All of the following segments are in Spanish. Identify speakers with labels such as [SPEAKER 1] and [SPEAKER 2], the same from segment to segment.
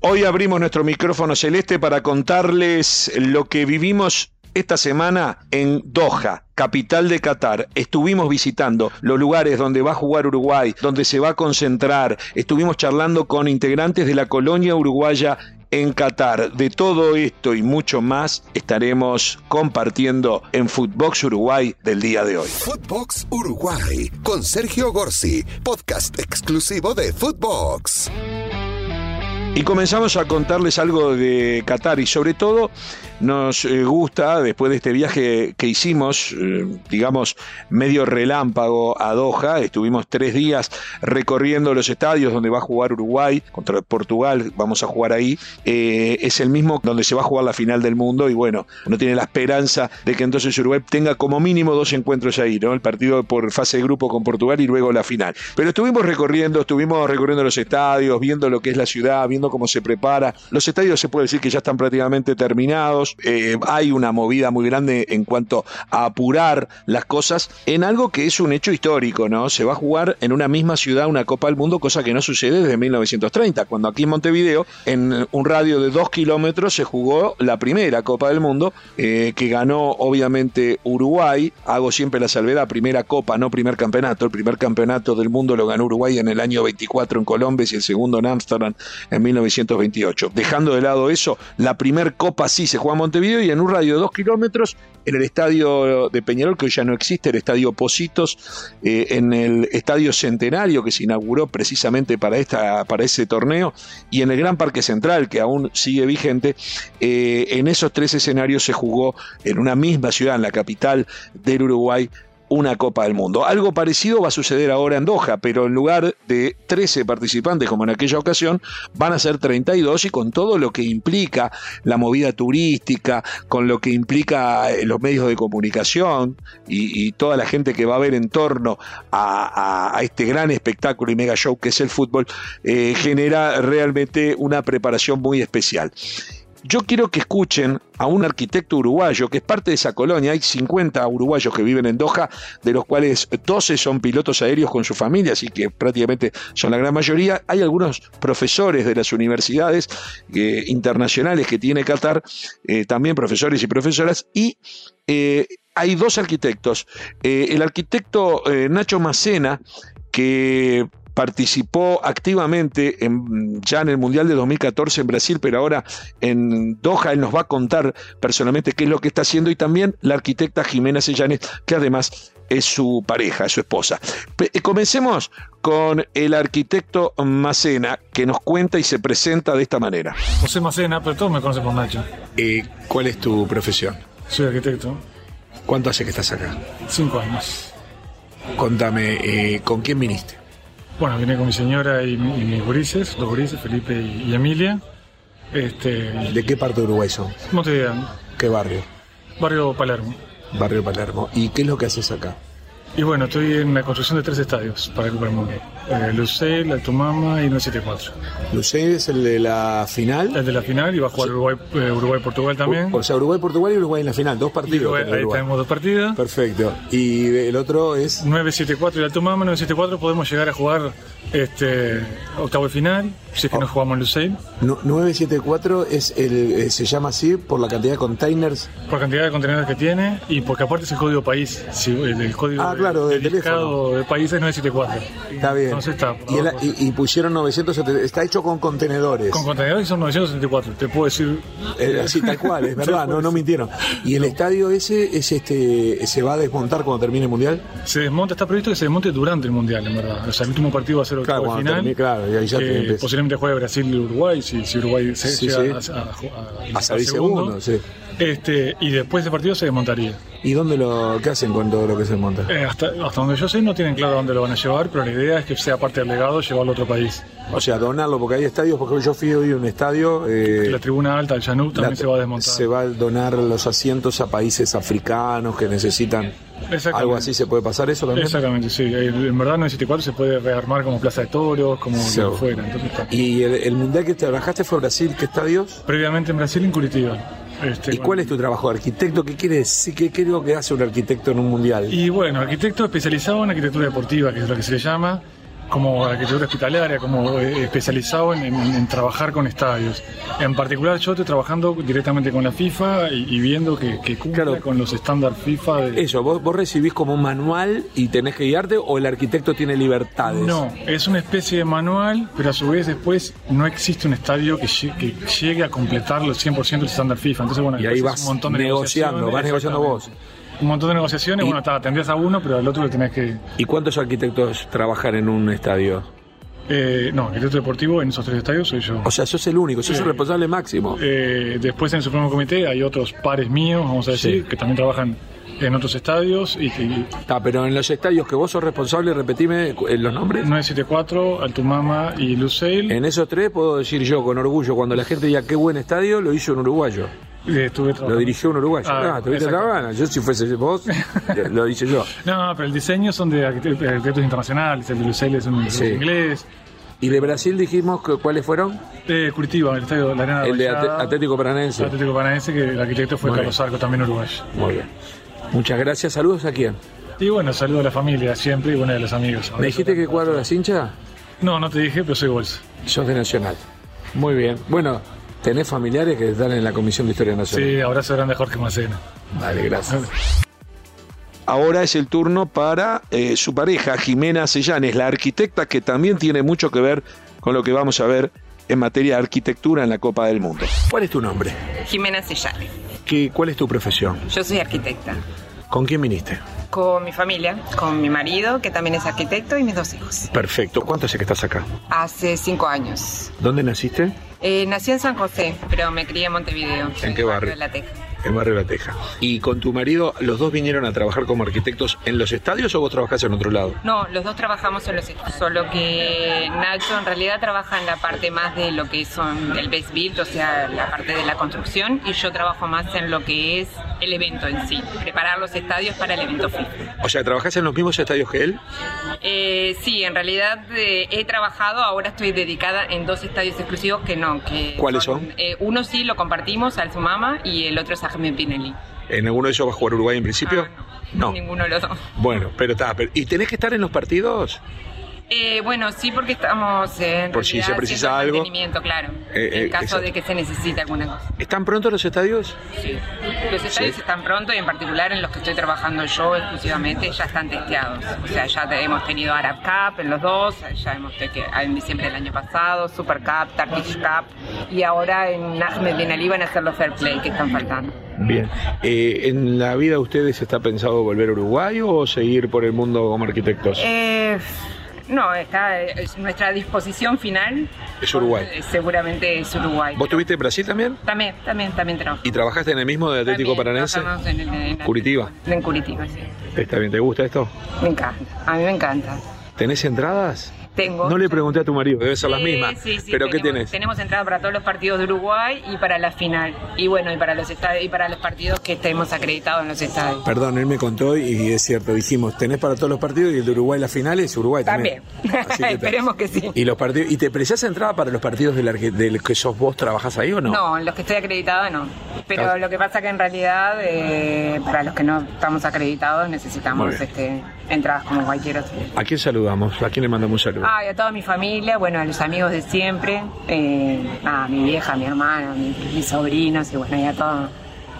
[SPEAKER 1] Hoy abrimos nuestro micrófono celeste para contarles lo que vivimos esta semana en Doha, capital de Qatar. Estuvimos visitando los lugares donde va a jugar Uruguay, donde se va a concentrar. Estuvimos charlando con integrantes de la colonia uruguaya en Qatar. De todo esto y mucho más estaremos compartiendo en Footbox Uruguay del día de hoy.
[SPEAKER 2] Footbox Uruguay con Sergio Gorsi, podcast exclusivo de Footbox.
[SPEAKER 1] Y comenzamos a contarles algo de Qatar y sobre todo nos eh, gusta, después de este viaje que hicimos, eh, digamos, medio relámpago a Doha, estuvimos tres días recorriendo los estadios donde va a jugar Uruguay contra Portugal, vamos a jugar ahí, eh, es el mismo donde se va a jugar la final del mundo y bueno, uno tiene la esperanza de que entonces Uruguay tenga como mínimo dos encuentros ahí, ¿no? El partido por fase de grupo con Portugal y luego la final. Pero estuvimos recorriendo, estuvimos recorriendo los estadios, viendo lo que es la ciudad, viendo cómo se prepara. Los estadios se puede decir que ya están prácticamente terminados. Eh, hay una movida muy grande en cuanto a apurar las cosas en algo que es un hecho histórico, ¿no? Se va a jugar en una misma ciudad una Copa del Mundo, cosa que no sucede desde 1930, cuando aquí en Montevideo, en un radio de dos kilómetros, se jugó la primera Copa del Mundo, eh, que ganó obviamente Uruguay. Hago siempre la salvedad, primera Copa, no primer campeonato. El primer campeonato del mundo lo ganó Uruguay en el año 24 en Colombia y el segundo en Ámsterdam en 1928. Dejando de lado eso, la primer copa sí se juega en Montevideo y en un radio de dos kilómetros en el estadio de Peñarol, que hoy ya no existe, el estadio Positos, eh, en el estadio Centenario que se inauguró precisamente para, esta, para ese torneo y en el Gran Parque Central, que aún sigue vigente. Eh, en esos tres escenarios se jugó en una misma ciudad, en la capital del Uruguay, una Copa del Mundo. Algo parecido va a suceder ahora en Doha, pero en lugar de 13 participantes como en aquella ocasión, van a ser 32 y con todo lo que implica la movida turística, con lo que implica eh, los medios de comunicación y, y toda la gente que va a ver en torno a, a, a, este gran espectáculo y mega show que es el fútbol, eh, genera realmente una preparación muy especial. Yo quiero que escuchen a un arquitecto uruguayo que es parte de esa colonia. Hay 50 uruguayos que viven en Doha, de los cuales 12 son pilotos aéreos con su familia, así que prácticamente son la gran mayoría. Hay algunos profesores de las universidades eh, internacionales que tiene Qatar, eh, también profesores y profesoras, y eh, hay dos arquitectos. Eh, el arquitecto eh, Nacho Macena, que participó activamente en, ya en el Mundial de 2014 en Brasil, pero ahora en Doha él nos va a contar personalmente qué es lo que está haciendo y también la arquitecta Jimena Sellanes, que además es su pareja, es su esposa. P comencemos con el arquitecto Macena, que nos cuenta y se presenta de esta manera.
[SPEAKER 3] José Macena, pero todos me conocen por Nacho.
[SPEAKER 4] ¿Y Eh, cuál es tu profesión?
[SPEAKER 3] Soy arquitecto.
[SPEAKER 4] ¿Cuánto hace que estás acá?
[SPEAKER 3] Cinco años.
[SPEAKER 4] Contame, eh, ¿con quién viniste?
[SPEAKER 3] Bueno, vine con mi señora y, y mis gurises, dos gurises, Felipe y, y Emilia. Este,
[SPEAKER 4] ¿De qué parte de Uruguay son?
[SPEAKER 3] Montevideo.
[SPEAKER 4] ¿Qué barrio?
[SPEAKER 3] Barrio Palermo.
[SPEAKER 4] Barrio Palermo. ¿Y qué es lo que haces acá?
[SPEAKER 3] Y bueno, estoy en la construcción de tres estadios para Copa del Mundo. Eh, Lucé, La Tomama y 974.
[SPEAKER 4] Lucé es el de la final.
[SPEAKER 3] El de la final y va a jugar Uruguay-Portugal eh, Uruguay, también.
[SPEAKER 4] O sea, Uruguay-Portugal y Uruguay en la final, dos partidos.
[SPEAKER 3] Uruguay, ahí Uruguay. tenemos dos partidos.
[SPEAKER 4] Perfecto. Y el otro es...
[SPEAKER 3] 974 y La Tomama, 974 podemos llegar a jugar este octavo de final, si es que oh. no jugamos en Lucé.
[SPEAKER 4] No, 974 es el, eh, se llama así por la cantidad de containers.
[SPEAKER 3] Por la cantidad de contenedores que tiene y porque aparte es el código país, si, el, el, código...
[SPEAKER 4] Ah, claro,
[SPEAKER 3] del mercado de países 974.
[SPEAKER 4] Está bien.
[SPEAKER 3] Entonces está.
[SPEAKER 4] Y, el, y, y, pusieron 974. Está hecho con contenedores.
[SPEAKER 3] Con contenedores son 974, te puedo decir.
[SPEAKER 4] Eh, así, tal cual, es verdad, no, no mintieron. ¿Y el estadio ese es este se va a desmontar cuando termine el mundial?
[SPEAKER 3] Se desmonta, está previsto que se desmonte durante el mundial, en verdad. O sea, el último partido va a ser el
[SPEAKER 4] claro,
[SPEAKER 3] final. Termine,
[SPEAKER 4] claro, y ahí ya
[SPEAKER 3] que posiblemente juegue Brasil y Uruguay, si, si Uruguay se
[SPEAKER 4] sí,
[SPEAKER 3] llega
[SPEAKER 4] sí. a, a, a, a salir segundo. segundo sí.
[SPEAKER 3] este, y después de partido se desmontaría.
[SPEAKER 4] ¿Y dónde lo qué hacen con todo lo que se monta?
[SPEAKER 3] Eh, hasta, hasta, donde yo sé no tienen claro dónde lo van a llevar, pero la idea es que sea parte del legado llevarlo a otro país.
[SPEAKER 4] O sea, donarlo, porque hay estadios, porque yo fui hoy a un estadio... Eh,
[SPEAKER 3] la tribuna alta, el Janú, también
[SPEAKER 4] la,
[SPEAKER 3] se va a desmontar.
[SPEAKER 4] Se va a donar los asientos a países africanos que necesitan... Algo así se puede pasar eso también.
[SPEAKER 3] Exactamente, sí. En verdad 974 se puede rearmar como Plaza de Toros, como sí. lo fuera. Entonces, está.
[SPEAKER 4] ¿Y el, el, mundial que trabajaste fue Brasil? ¿Qué estadios?
[SPEAKER 3] Previamente en Brasil, en Curitiba.
[SPEAKER 4] Este, ¿Y cuál es tu trabajo de arquitecto? ¿Qué quiere decir? ¿Qué, ¿Qué, es lo que hace un arquitecto en un mundial?
[SPEAKER 3] Y bueno, arquitecto especializado en arquitectura deportiva, que es lo que se le llama. como arquitectura hospitalaria, como eh, especializado en, en- en trabajar con estadios. En particular, yo estoy trabajando directamente con la FIFA y, y viendo que, que cumpla
[SPEAKER 4] Claro.
[SPEAKER 3] con los estándares FIFA. de-
[SPEAKER 4] Eso, ¿vos, vos recibís como un manual y tenés que guiarte o el arquitecto tiene libertades.
[SPEAKER 3] No, es una especie de manual, pero a su vez después no existe un estadio que, lle- que llegue a completar los 100% del estándar FIFA. Entonces, bueno,
[SPEAKER 4] Y ahí
[SPEAKER 3] después
[SPEAKER 4] vas
[SPEAKER 3] es un montón de
[SPEAKER 4] negociando, vas
[SPEAKER 3] negociaciones,
[SPEAKER 4] negociando vos.
[SPEAKER 3] exactamente. Un montón de negociaciones,
[SPEAKER 4] Y-
[SPEAKER 3] bueno, está, atendés a uno, pero al otro lo tenés que...
[SPEAKER 4] ¿Y cuántos arquitectos trabajan en un estadio?
[SPEAKER 3] eh, no, el otro deportivo en esos tres estadios soy yo.
[SPEAKER 4] O sea, sos el único, sos el responsable máximo.
[SPEAKER 3] Eh, después en el Supremo Comité hay otros pares míos, vamos a decir,
[SPEAKER 4] Sí.
[SPEAKER 3] que también trabajan en otros estadios y que
[SPEAKER 4] Está, Ah, pero en los estadios que vos sos responsable, repetime eh, los nombres.
[SPEAKER 3] 974, Altumama y Luceil.
[SPEAKER 4] En esos tres puedo decir yo con orgullo, cuando la gente diga qué buen estadio, lo hizo un uruguayo.
[SPEAKER 3] eh, estuve
[SPEAKER 4] Lo
[SPEAKER 3] trabajando.
[SPEAKER 4] dirigió un uruguayo.
[SPEAKER 3] Ah,
[SPEAKER 4] Ah, tuviste la
[SPEAKER 3] exacto.
[SPEAKER 4] gana. Yo si fuese vos, lo hice yo.
[SPEAKER 3] No, pero el diseño son de arquite- arquitectos internacionales, el de Lucel es un
[SPEAKER 4] Sí.
[SPEAKER 3] es inglés.
[SPEAKER 4] Y de Brasil dijimos que, cuáles fueron.
[SPEAKER 3] Eh, Curitiba, el estadio de la Arena
[SPEAKER 4] El de
[SPEAKER 3] Rayada,
[SPEAKER 4] Ate- Atlético Paranense.
[SPEAKER 3] Ah, Atlético Paranaense, que el arquitecto fue
[SPEAKER 4] Muy
[SPEAKER 3] Carlos Arco, también uruguayo.
[SPEAKER 4] Muy bien. Muchas gracias. Saludos a quién.
[SPEAKER 3] Y bueno, saludo a la familia siempre y bueno, a los amigos.
[SPEAKER 4] ¿Me dijiste que cuadro las hinchas?
[SPEAKER 3] No, no te dije, pero soy bolsa.
[SPEAKER 4] Sos de Nacional. Muy bien. Bueno, tenés familiares que están en la Comisión de Historia Nacional.
[SPEAKER 3] Sí, abrazo grande a Jorge Macena.
[SPEAKER 4] Vale,
[SPEAKER 3] Ah.
[SPEAKER 4] gracias.
[SPEAKER 1] Ahora es el turno para eh, su pareja, Jimena Sellanes, la arquitecta que también tiene mucho que ver con lo que vamos a ver en materia de arquitectura en la Copa del Mundo.
[SPEAKER 4] ¿Cuál es tu nombre?
[SPEAKER 5] Jimena Sellares.
[SPEAKER 4] ¿Qué, ¿Cuál es tu profesión?
[SPEAKER 5] Yo soy arquitecta.
[SPEAKER 4] ¿Con quién viniste?
[SPEAKER 5] Con mi familia, con mi marido, que también es arquitecto, y mis dos hijos.
[SPEAKER 4] Perfecto. ¿Cuánto hace que estás acá?
[SPEAKER 5] Hace cinco años.
[SPEAKER 4] ¿Dónde naciste?
[SPEAKER 5] Eh, nací en San José, pero me crié en Montevideo.
[SPEAKER 4] ¿En qué barrio?
[SPEAKER 5] de La Teja.
[SPEAKER 4] En Barrio La Teja. ¿Y con tu marido, los dos vinieron a trabajar como arquitectos en los estadios o vos trabajás en otro lado?
[SPEAKER 5] No, los dos trabajamos en los estudios, solo que Nacho en realidad trabaja en la parte más de lo que son el base build, o sea, la parte de la construcción, y yo trabajo más en lo que es el evento en sí, preparar los estadios para el evento final.
[SPEAKER 4] O sea, ¿trabajás en los mismos estadios que él?
[SPEAKER 5] Eh, sí, en realidad eh, he trabajado, ahora estoy dedicada en dos estadios exclusivos que no. Que
[SPEAKER 4] ¿Cuáles son?
[SPEAKER 5] eh, uno sí lo compartimos, al Sumama, y el otro es a Jaime Pinelli.
[SPEAKER 4] ¿En alguno de ellos va a jugar Uruguay en principio?
[SPEAKER 5] Ah, no, ninguno de los dos.
[SPEAKER 4] Bueno, pero está. pero- ¿Y tenés que estar en los partidos?
[SPEAKER 5] Eh, bueno, sí, porque estamos eh, en
[SPEAKER 4] Por si
[SPEAKER 5] realidad
[SPEAKER 4] se precisa
[SPEAKER 5] haciendo
[SPEAKER 4] algo.
[SPEAKER 5] mantenimiento, claro.
[SPEAKER 4] Eh, eh,
[SPEAKER 5] en caso
[SPEAKER 4] exacto.
[SPEAKER 5] de que se necesite alguna cosa.
[SPEAKER 4] ¿Están pronto los estadios?
[SPEAKER 5] Sí. Los estadios
[SPEAKER 4] Sí.
[SPEAKER 5] están pronto y en particular en los que estoy trabajando yo exclusivamente ya están testeados. O sea, ya te- hemos tenido Arab Cup en los dos, ya hemos tenido en diciembre del año pasado, Super Cup, Turkish Cup y ahora en Ahmed Ben Ali van a hacer los Fair Play que están faltando.
[SPEAKER 4] Bien. Eh, ¿En la vida de ustedes está pensado volver a Uruguay o seguir por el mundo como arquitectos?
[SPEAKER 5] Eh, no, está eh, es nuestra disposición final.
[SPEAKER 4] Es Uruguay.
[SPEAKER 5] Eh, Seguramente es Uruguay.
[SPEAKER 4] ¿Vos estuviste en Brasil también?
[SPEAKER 5] También, también, también trabajo.
[SPEAKER 4] ¿Y trabajaste en el mismo de Atlético
[SPEAKER 5] También
[SPEAKER 4] Paranense?
[SPEAKER 5] trabajamos en el- en el-
[SPEAKER 4] Curitiba.
[SPEAKER 5] En Curitiba, sí.
[SPEAKER 4] Está bien, ¿te gusta esto?
[SPEAKER 5] Me encanta. A mí me encanta.
[SPEAKER 4] ¿Tenés entradas?
[SPEAKER 5] Tengo.
[SPEAKER 4] No le pregunté a tu marido, debe ser las
[SPEAKER 5] Sí,
[SPEAKER 4] mismas.
[SPEAKER 5] sí, sí,
[SPEAKER 4] ¿Pero qué
[SPEAKER 5] tenemos-
[SPEAKER 4] tenés?
[SPEAKER 5] Tenemos entrada para todos los partidos de Uruguay y para la final. Y bueno, y para los estadios, y para los partidos que estemos acreditados en los estadios.
[SPEAKER 4] Perdón, él me contó y es cierto, dijimos, tenés para todos los partidos y el de Uruguay las finales, Uruguay
[SPEAKER 5] También. Esperemos que sí.
[SPEAKER 4] ¿Y los partidos? ¿Y te prestás entrada para los partidos del, arque- del que sos vos trabajás ahí o no?
[SPEAKER 5] No, en los que estoy acreditado no. Pero
[SPEAKER 4] Claro.
[SPEAKER 5] lo que pasa que en realidad, eh, para los que no estamos acreditados, necesitamos
[SPEAKER 4] Muy bien.
[SPEAKER 5] este, entradas como cualquier otro.
[SPEAKER 4] ¿A quién saludamos? ¿A quién le mandamos un saludo?
[SPEAKER 5] Ay, a toda mi familia, bueno, a los amigos de siempre, eh, a mi vieja, a mi hermana, a mi- mis sobrinos y bueno, y a todos.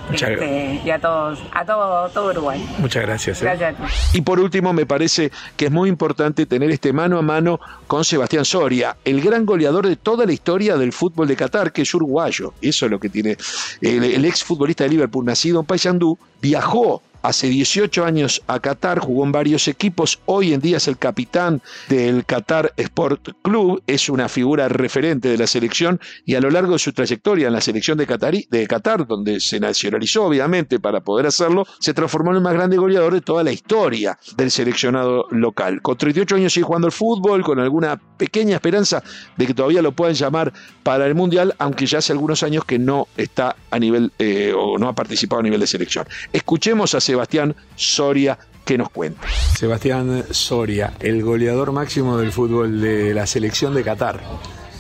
[SPEAKER 4] Muchas
[SPEAKER 5] este, y a todos, a todo, todo Uruguay.
[SPEAKER 4] Muchas gracias. ¿eh?
[SPEAKER 5] Gracias a ti.
[SPEAKER 1] Y por último, me parece que es muy importante tener este mano a mano con Sebastián Soria, el gran goleador de toda la historia del fútbol de Qatar, que es uruguayo. Eso es lo que tiene el, el ex futbolista de Liverpool, nacido en Paysandú, viajó. Hace 18 años a Qatar, jugó en varios equipos, hoy en día es el capitán del Qatar Sport Club, es una figura referente de la selección y a lo largo de su trayectoria en la selección de, Qatarí- de Qatar, donde se nacionalizó obviamente para poder hacerlo, se transformó en el más grande goleador de toda la historia del seleccionado local. Con 38 años sigue jugando al fútbol, con alguna pequeña esperanza de que todavía lo puedan llamar para el Mundial, aunque ya hace algunos años que no está a nivel eh, o no ha participado a nivel de selección. Escuchemos a Sebastián Soria que nos cuenta.
[SPEAKER 4] Sebastián Soria, el goleador máximo del fútbol de la selección de Qatar.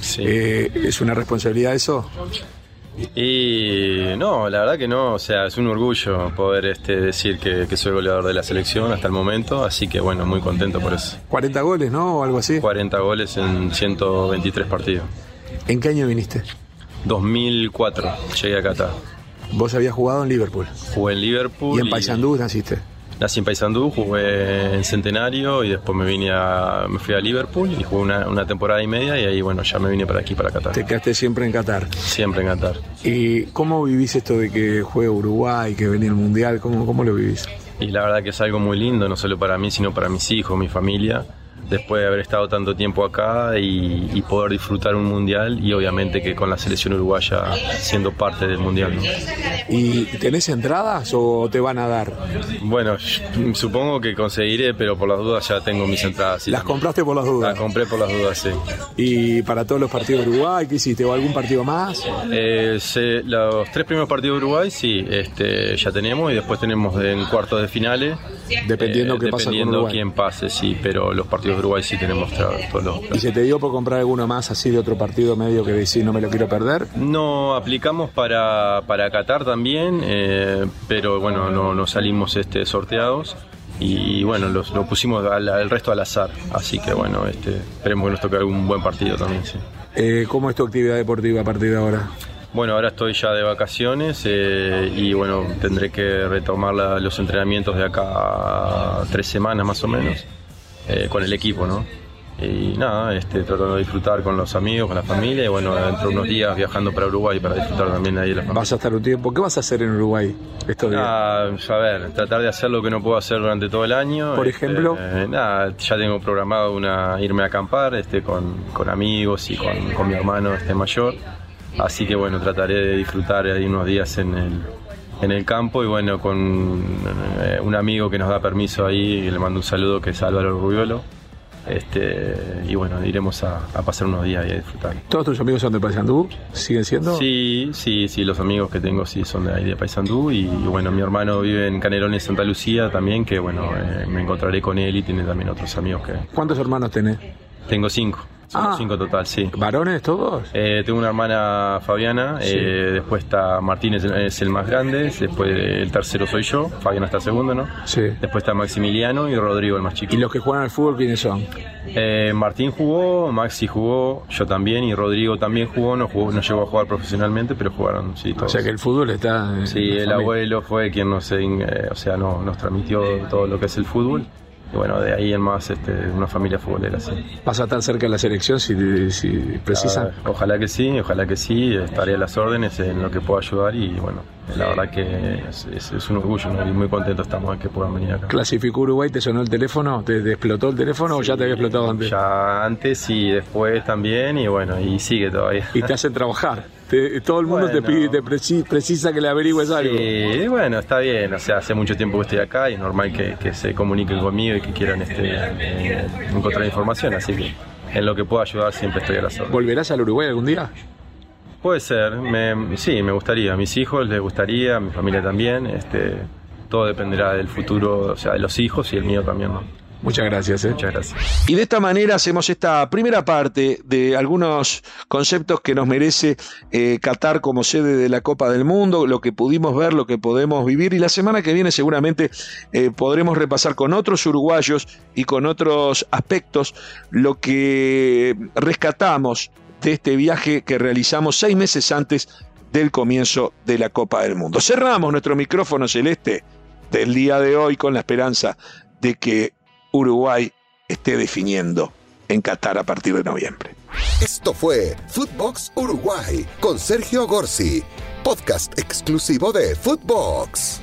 [SPEAKER 6] Sí.
[SPEAKER 4] Eh, ¿Es una responsabilidad eso?
[SPEAKER 6] Y no, la verdad que no, o sea, es un orgullo poder este, decir que, que soy goleador de la selección hasta el momento, así que bueno, muy contento por eso.
[SPEAKER 4] 40 goles, ¿no? O algo así.
[SPEAKER 6] 40 goles en 123 partidos.
[SPEAKER 4] ¿En qué año viniste?
[SPEAKER 6] 2004 llegué a Qatar.
[SPEAKER 4] Vos habías jugado en Liverpool.
[SPEAKER 6] Jugué en Liverpool.
[SPEAKER 4] Y en Paysandú naciste.
[SPEAKER 6] Nací en Paysandú, jugué en Centenario y después me vine a, me fui a Liverpool y jugué una, una temporada y media y ahí bueno ya me vine para aquí para Qatar.
[SPEAKER 4] Te quedaste siempre en Qatar.
[SPEAKER 6] Siempre en Qatar.
[SPEAKER 4] ¿Y Eh, cómo vivís esto de que juegue Uruguay, que venía el Mundial? ¿Cómo, cómo lo vivís?
[SPEAKER 6] Y la verdad que es algo muy lindo, no solo para mí, sino para mis hijos, mi familia, después de haber estado tanto tiempo acá y, y poder disfrutar un mundial y obviamente que con la selección uruguaya siendo parte del mundial. ¿no?
[SPEAKER 4] ¿Y tenés entradas o te van a dar?
[SPEAKER 6] Bueno, yo supongo que conseguiré, pero por las dudas ya tengo mis entradas. sí,
[SPEAKER 4] ¿Las
[SPEAKER 6] también.
[SPEAKER 4] compraste por las dudas?
[SPEAKER 6] Las compré por las dudas, sí.
[SPEAKER 4] ¿Y para todos los partidos de Uruguay qué hiciste? ¿O algún partido más?
[SPEAKER 6] Eh, se- los tres primeros partidos de Uruguay, sí, este, ya tenemos y después tenemos en cuartos de finales.
[SPEAKER 4] Dependiendo
[SPEAKER 6] eh,
[SPEAKER 4] qué pasa con
[SPEAKER 6] dependiendo
[SPEAKER 4] Uruguay.
[SPEAKER 6] quién pase, sí, pero los partidos de Uruguay sí tenemos tra- todos los.
[SPEAKER 4] ¿Y se te dio por comprar alguno más así de otro partido medio que decís no me lo quiero perder?
[SPEAKER 6] No, aplicamos para, para Qatar también, eh, pero bueno, no, no salimos este, sorteados y, bueno, los- lo pusimos al, al resto al azar, así que bueno, este, esperemos que nos toque algún buen partido también, sí.
[SPEAKER 4] Eh, ¿Cómo es tu actividad deportiva a partir de ahora?
[SPEAKER 6] Bueno, ahora estoy ya de vacaciones eh, y bueno, tendré que retomar la- los entrenamientos de acá a tres semanas más o menos eh, con el equipo, ¿no? Y nada, este, tratando de disfrutar con los amigos, con la familia y bueno, dentro de unos días viajando para Uruguay para disfrutar también ahí de la familia.
[SPEAKER 4] ¿Vas a estar un tiempo? ¿Qué vas a hacer en Uruguay estos días?
[SPEAKER 6] Ah, a ver, tratar de hacer lo que no puedo hacer durante todo el año.
[SPEAKER 4] Por
[SPEAKER 6] Este,
[SPEAKER 4] ejemplo.
[SPEAKER 6] eh, nada, ya tengo programado una, irme a acampar este, con, con amigos y con, con mi hermano este, mayor. Así que bueno, trataré de disfrutar ahí unos días en el, en el campo y bueno, con eh, un amigo que nos da permiso ahí, le mando un saludo que es Álvaro Rubiolo. Este, y bueno, iremos a, a pasar unos días y a disfrutar.
[SPEAKER 4] ¿Todos tus amigos son de Paysandú? ¿Siguen siendo?
[SPEAKER 6] Sí, sí, sí, los amigos que tengo sí son de ahí de Paysandú y bueno, mi hermano vive en Canelones, Santa Lucía también, que bueno, eh, me encontraré con él y tiene también otros amigos que...
[SPEAKER 4] ¿Cuántos hermanos tenés?
[SPEAKER 6] Tengo cinco,
[SPEAKER 4] Ah.
[SPEAKER 6] somos cinco total, sí.
[SPEAKER 4] ¿Varones todos?
[SPEAKER 6] Eh, tengo una hermana Fabiana,
[SPEAKER 4] Sí.
[SPEAKER 6] eh, después está Martínez, es el más grande, después el tercero soy yo, Fabiana está segundo, ¿no?
[SPEAKER 4] Sí.
[SPEAKER 6] Después está Maximiliano y Rodrigo, el más chico.
[SPEAKER 4] ¿Y los que juegan al fútbol quiénes son?
[SPEAKER 6] Eh, Martín jugó, Maxi jugó, yo también y Rodrigo también jugó, no, jugó, no llegó a jugar profesionalmente, pero jugaron, sí,
[SPEAKER 4] O
[SPEAKER 6] todos.
[SPEAKER 4] sea que el fútbol está... en
[SPEAKER 6] Sí,
[SPEAKER 4] la
[SPEAKER 6] el
[SPEAKER 4] familia.
[SPEAKER 6] abuelo fue quien nos, en- eh, o sea, no- nos transmitió todo lo que es el fútbol. Y bueno, de ahí en más, este, una familia futbolera, sí.
[SPEAKER 4] ¿Vas a estar cerca de la selección si, si precisan?
[SPEAKER 6] Ah, ojalá que sí, ojalá que sí, estaré a las órdenes en lo que pueda ayudar y bueno, la verdad que es, es- es un orgullo ¿no? y muy contento estamos de que puedan venir acá.
[SPEAKER 4] ¿Clasificó Uruguay? ¿Te sonó el teléfono? ¿Te, te explotó el teléfono o ya te había explotado antes?
[SPEAKER 6] Ya antes y después también y bueno, y sigue todavía.
[SPEAKER 4] Y te hacen trabajar. Te- todo el mundo te
[SPEAKER 6] Bueno.
[SPEAKER 4] pide, te preci- precisa que le averigües Pues algo.
[SPEAKER 6] Sí, bueno, está bien, o sea, hace mucho tiempo que estoy acá y es normal que, que se comuniquen conmigo y que quieran este, eh, encontrar información, así que en lo que pueda ayudar siempre estoy a la órdenes.
[SPEAKER 4] ¿Volverás al Uruguay algún día?
[SPEAKER 6] Puede ser, me- sí, me gustaría, a mis hijos les gustaría, a mi familia también, este, todo dependerá del futuro, o sea, de los hijos y el mío también, ¿no?
[SPEAKER 4] Muchas gracias. ¿eh?
[SPEAKER 6] Muchas gracias.
[SPEAKER 1] Y de esta manera hacemos esta primera parte de algunos conceptos que nos merece eh, Qatar como sede de la Copa del Mundo, lo que pudimos ver, lo que podemos vivir. Y la semana que viene seguramente eh, podremos repasar con otros uruguayos y con otros aspectos lo que rescatamos de este viaje que realizamos seis meses antes del comienzo de la Copa del Mundo. Cerramos nuestro micrófono celeste del día de hoy con la esperanza de que Uruguay esté definiendo en Qatar a partir de noviembre.
[SPEAKER 2] Esto fue Footbox Uruguay con Sergio Gorsi, podcast exclusivo de Footbox.